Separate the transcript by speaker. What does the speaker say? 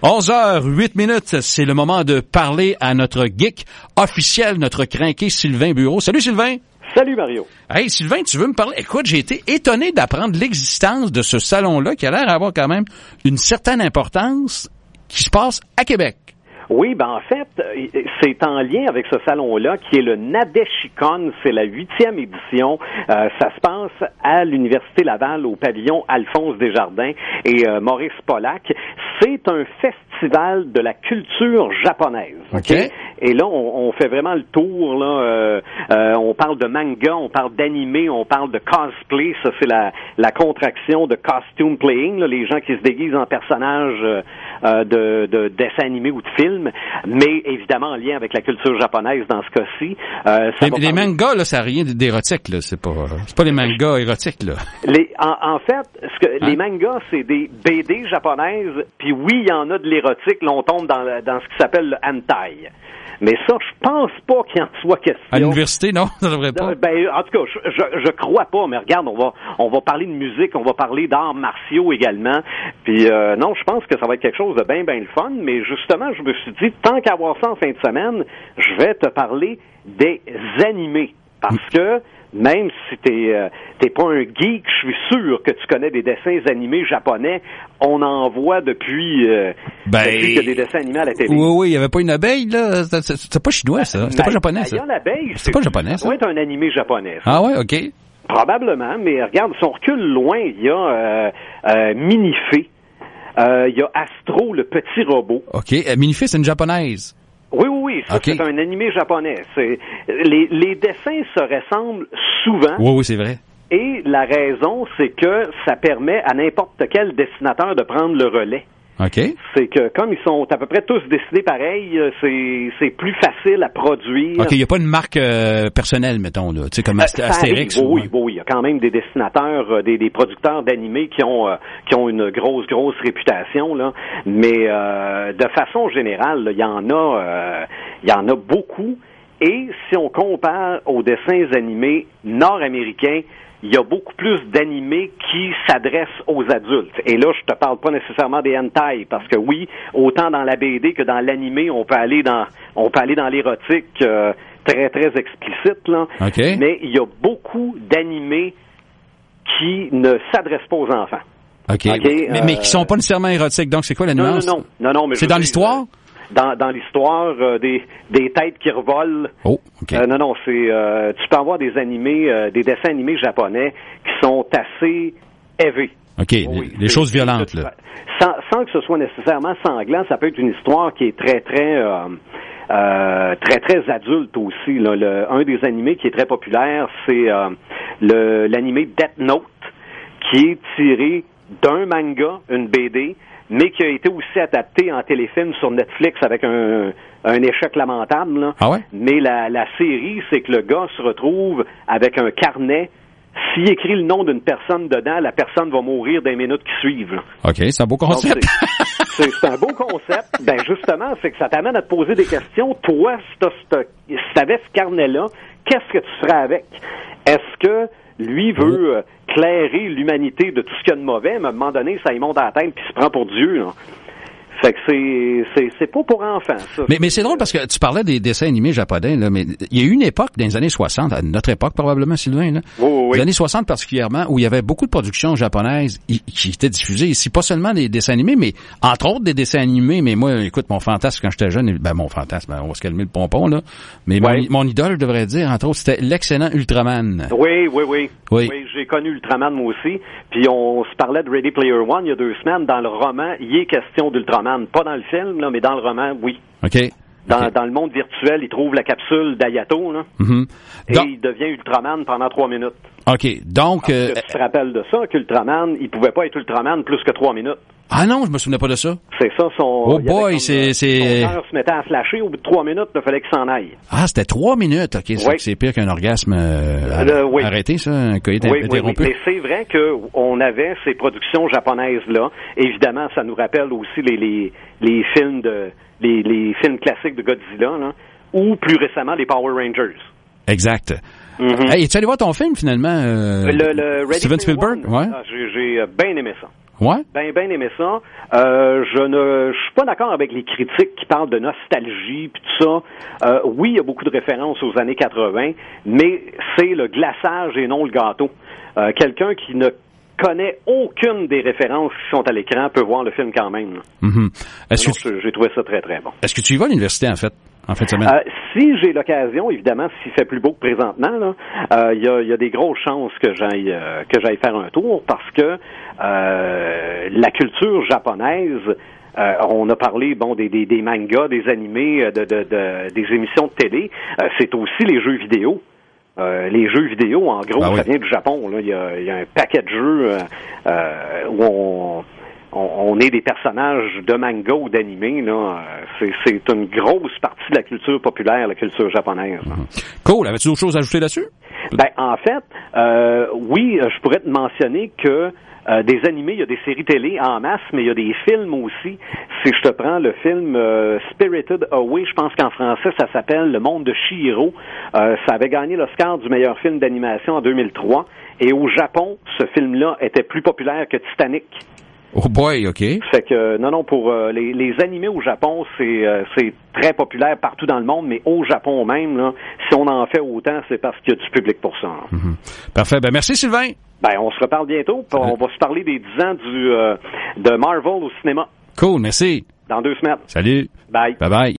Speaker 1: 11 h 8 minutes, c'est le moment de parler à notre geek officiel, notre crinqué Sylvain Bureau. Salut Sylvain!
Speaker 2: Salut Mario.
Speaker 1: Hey Sylvain, tu veux me parler? Écoute, j'ai été étonné d'apprendre l'existence de ce salon-là qui a l'air d'avoir quand même une certaine importance qui se passe à Québec.
Speaker 2: Oui, ben en fait, euh, c'est en lien avec ce salon-là qui est le Nadeshikon. C'est la huitième édition. Euh, ça se passe à l'Université Laval au pavillon Alphonse Desjardins et euh, Maurice Pollack. C'est un festival de la culture japonaise.
Speaker 1: OK.
Speaker 2: OK? Et là, on, on fait vraiment le tour. Là, euh, euh, on parle de manga, on parle d'animé, on parle de cosplay. Ça, c'est la, la contraction de costume playing, là, les gens qui se déguisent en personnages euh, euh, de, de dessins animés ou de films, mais évidemment en lien avec la culture japonaise dans ce cas-ci. Euh, ça
Speaker 1: Les,
Speaker 2: va
Speaker 1: les
Speaker 2: parler-
Speaker 1: mangas, là, ça n'a rien d'érotique, là. C'est pas, c'est pas les mangas érotiques, là.
Speaker 2: Les- en, en fait, ce que,
Speaker 1: Hein?
Speaker 2: les mangas, c'est des BD japonaises, puis oui, il y en a de l'érotique, là, on tombe dans, la- dans ce qui s'appelle le hentai. Mais ça, je pense pas qu'il en soit question.
Speaker 1: À l'université, non, ça devrait pas.
Speaker 2: Euh, Ben, en tout cas, je, je, je crois pas, mais regarde, on va, on va parler de musique, on va parler d'arts martiaux également. Puis euh, non, je pense que ça va être quelque chose de bien, bien le fun. Mais justement, je me suis dit, tant qu'à voir ça en fin de semaine, je vais te parler des animés. Parce que même si t'es euh, t'es pas un geek, je suis sûr que tu connais des dessins animés japonais. On en voit depuis, euh,
Speaker 1: Ben,
Speaker 2: depuis qu'il y a des dessins animés à la télé.
Speaker 1: Oui, oui, il n'y avait pas une abeille, là. C'était- C'était pas chinois, ça. C'était pas
Speaker 2: Ben,
Speaker 1: japonais, ça.
Speaker 2: Ayane l'abeille,
Speaker 1: C'est pas japonais, ça.
Speaker 2: doit être un animé japonais. ça.
Speaker 1: Ah ouais, OK.
Speaker 2: Probablement, mais regarde, si on recule loin, il y a euh, euh, Minifé. Euh, il y a Astro, le petit robot.
Speaker 1: OK. Euh, Minify, c'est une japonaise.
Speaker 2: Oui, oui, oui, ça,
Speaker 1: Ok.
Speaker 2: c'est un animé japonais. C'est, les, les dessins se ressemblent souvent
Speaker 1: Oui, oui, c'est vrai.
Speaker 2: et la raison, c'est que ça permet à n'importe quel dessinateur de prendre le relais.
Speaker 1: OK.
Speaker 2: C'est que comme ils sont à peu près tous dessinés pareil, euh, c'est, c'est plus facile à produire.
Speaker 1: OK, il n'y a pas une marque euh, personnelle, mettons, là. Tu sais, comme Asté-
Speaker 2: Euh, Ça
Speaker 1: Astérix.
Speaker 2: arrive,
Speaker 1: ou-
Speaker 2: oui, oui, il y a quand même des dessinateurs, euh, des, des producteurs d'animés qui ont euh, qui ont une grosse grosse réputation là, mais euh, de façon générale, là, il y en a euh, il y en a beaucoup et si on compare aux dessins animés nord-américains, il y a beaucoup plus d'animés qui s'adressent aux adultes. Et là, je te parle pas nécessairement des hentai parce que oui, autant dans la BD que dans l'animé, on peut aller dans on peut aller dans l'érotique euh, très très explicite là.
Speaker 1: OK.
Speaker 2: Mais il y a beaucoup d'animés qui ne s'adressent pas aux enfants.
Speaker 1: OK.
Speaker 2: OK,
Speaker 1: mais, mais
Speaker 2: euh,
Speaker 1: qui sont pas nécessairement érotiques. Donc, c'est quoi la
Speaker 2: Non, non,
Speaker 1: nuance?
Speaker 2: non, non, non, mais
Speaker 1: C'est
Speaker 2: je
Speaker 1: dans
Speaker 2: veux dire,
Speaker 1: l'histoire?
Speaker 2: euh, Dans, dans l'histoire euh, des, des têtes qui revolent.
Speaker 1: Oh, OK.
Speaker 2: Euh, non, non, c'est euh, tu peux avoir des animés, euh, des dessins animés japonais qui sont assez élevés.
Speaker 1: OK. les-
Speaker 2: Oui,
Speaker 1: les
Speaker 2: c'est-
Speaker 1: choses
Speaker 2: c'est-
Speaker 1: violentes,
Speaker 2: c'est-
Speaker 1: là.
Speaker 2: Sans, sans que ce soit nécessairement sanglant, ça peut être une histoire qui est très, très, euh, euh, très, très adulte aussi. là. Le- un des animés qui est très populaire, c'est euh, le- l'animé Death Note, qui est tiré d'un manga, une BD, mais qui a été aussi adapté en téléfilm sur Netflix avec un, un échec lamentable. là.
Speaker 1: Ah ouais?
Speaker 2: Mais la, la série, c'est que le gars se retrouve avec un carnet. S'il écrit le nom d'une personne dedans, la personne va mourir des minutes qui suivent. là.
Speaker 1: OK, c'est un beau
Speaker 2: Donc,
Speaker 1: concept.
Speaker 2: C'est c'est- c'est un beau concept. Ben justement, c'est que ça t'amène à te poser des questions. Toi, si t'as ce- si t'avais ce carnet-là, qu'est-ce que tu ferais avec? Est-ce que lui
Speaker 1: Oh.
Speaker 2: veut euh, clairer l'humanité de tout ce qu'il y a de mauvais, mais à un moment donné, ça y monte à la tête puis il se prend pour Dieu. là. Fait que c'est- c'est c'est pas pour enfants, ça.
Speaker 1: Mais, mais c'est drôle parce que tu parlais des dessins animés japonais, là, mais il y a eu une époque, dans les années 60, à notre époque probablement, Sylvain, là,
Speaker 2: Oui, oui, oui.
Speaker 1: les années 60 particulièrement, où il y avait beaucoup de productions japonaises i- qui étaient diffusées ici, pas seulement des dessins animés, mais entre autres des dessins animés, mais moi, écoute, mon fantasme quand j'étais jeune, ben mon fantasme, ben, on va se calmer le pompon, là, mais mon-
Speaker 2: Ouais. Oh.
Speaker 1: mon, idole, je devrais dire, entre autres, c'était l'excellent Ultraman.
Speaker 2: Oui, oui, oui.
Speaker 1: Oui.
Speaker 2: j'ai connu Ultraman moi aussi. Puis on se parlait de Ready Player One il y a deux semaines. Dans le roman, il est question d'Ultraman. Pas dans le film, là, mais dans le roman, oui.
Speaker 1: OK?
Speaker 2: Dans,
Speaker 1: OK.
Speaker 2: dans le monde virtuel, il trouve la capsule d'Ayato, là,
Speaker 1: Mhm.
Speaker 2: et Ah,
Speaker 1: Donc,
Speaker 2: il devient Ultraman pendant trois minutes.
Speaker 1: OK. Donc, euh,
Speaker 2: Que tu te rappelles de ça, qu'Ultraman, il pouvait pas être Ultraman plus que trois minutes.
Speaker 1: ah non, je me souvenais pas de ça.
Speaker 2: C'est ça, son...
Speaker 1: Oh
Speaker 2: il y avait
Speaker 1: boy,
Speaker 2: comme,
Speaker 1: c'est-
Speaker 2: euh,
Speaker 1: c'est-
Speaker 2: Son cœur se mettait à flasher, au bout de trois minutes, il fallait qu'il s'en aille.
Speaker 1: Ah, c'était trois minutes. OK, c'est
Speaker 2: Oui.
Speaker 1: c'est pire qu'un orgasme euh, ar-
Speaker 2: Euh, oui.
Speaker 1: arrêté, ça, un coït
Speaker 2: Oui, oui, oui.
Speaker 1: interrompu.
Speaker 2: Mais c'est vrai qu'on avait ces productions japonaises-là. Évidemment, ça nous rappelle aussi les, les, les films de les, les films classiques de Godzilla, là, ou plus récemment les Power Rangers.
Speaker 1: Exact. Hey, es-tu allé voir ton film, finalement? euh,
Speaker 2: Mm-hmm. Le, le Ready
Speaker 1: Mm-hmm. Steven
Speaker 2: Player
Speaker 1: Spielberg?
Speaker 2: One,
Speaker 1: Ouais.
Speaker 2: ah, j'ai, j'ai, euh, bien aimé ça.
Speaker 1: Ouais.
Speaker 2: Ben, ben aimé ça. Euh, je ne, je suis pas d'accord avec les critiques qui parlent de nostalgie puis tout ça. Euh, oui, il y a beaucoup de références aux années 80, mais c'est le glaçage et non le gâteau. Euh, Quelqu'un qui ne connaît aucune des références qui sont à l'écran peut voir le film quand même. là.
Speaker 1: Mhm. Est-ce que,
Speaker 2: Donc, J'ai trouvé ça très très bon.
Speaker 1: est-ce que tu y vas à l'université, en fait, en fin de semaine?
Speaker 2: Euh, si j'ai l'occasion, évidemment, s'il fait plus beau que présentement, là, euh, il y, a, il y a des grosses chances que j'aille euh, que j'aille faire un tour parce que euh, la culture japonaise. euh, on a parlé bon des, des, des mangas, des animés, euh, de, de- de- des émissions de télé. Euh, c'est aussi les jeux vidéo. Euh, les jeux vidéo, en gros,
Speaker 1: Ben oui.
Speaker 2: ça vient du Japon. là. Il y a, il y a un paquet de jeux euh, euh, où on, on, on est des personnages de manga ou d'animé. là. Euh, C'est, c'est une grosse partie de la culture populaire, la culture japonaise. là.
Speaker 1: Cool. Avais-tu d'autres choses à ajouter là-dessus?
Speaker 2: Ah. Ben, en fait, euh, oui, euh, je pourrais te mentionner que euh, des animés, il y a des séries télé en masse, mais il y a des films aussi. Si je te prends le film euh, Spirited Away, je pense qu'en français, ça s'appelle Le Monde de Shiro. Euh, ça avait gagné l'Oscar du meilleur film d'animation en 2003. Et au Japon, ce film-là était plus populaire que Titanic.
Speaker 1: Oh boy, OK.
Speaker 2: Fait que, non, non, pour euh, les, les animés au Japon, c'est euh, c'est très populaire partout dans le monde, mais au Japon même, là, si on en fait autant, c'est parce qu'il y a du public pour ça. là.
Speaker 1: Parfait. Ben, merci, Sylvain.
Speaker 2: Ben, on se reparle bientôt. puis On va se parler des 10 ans du, euh, de Marvel au cinéma
Speaker 1: Cool, merci.
Speaker 2: dans deux semaines.
Speaker 1: Salut.
Speaker 2: Bye.
Speaker 1: Bye-bye.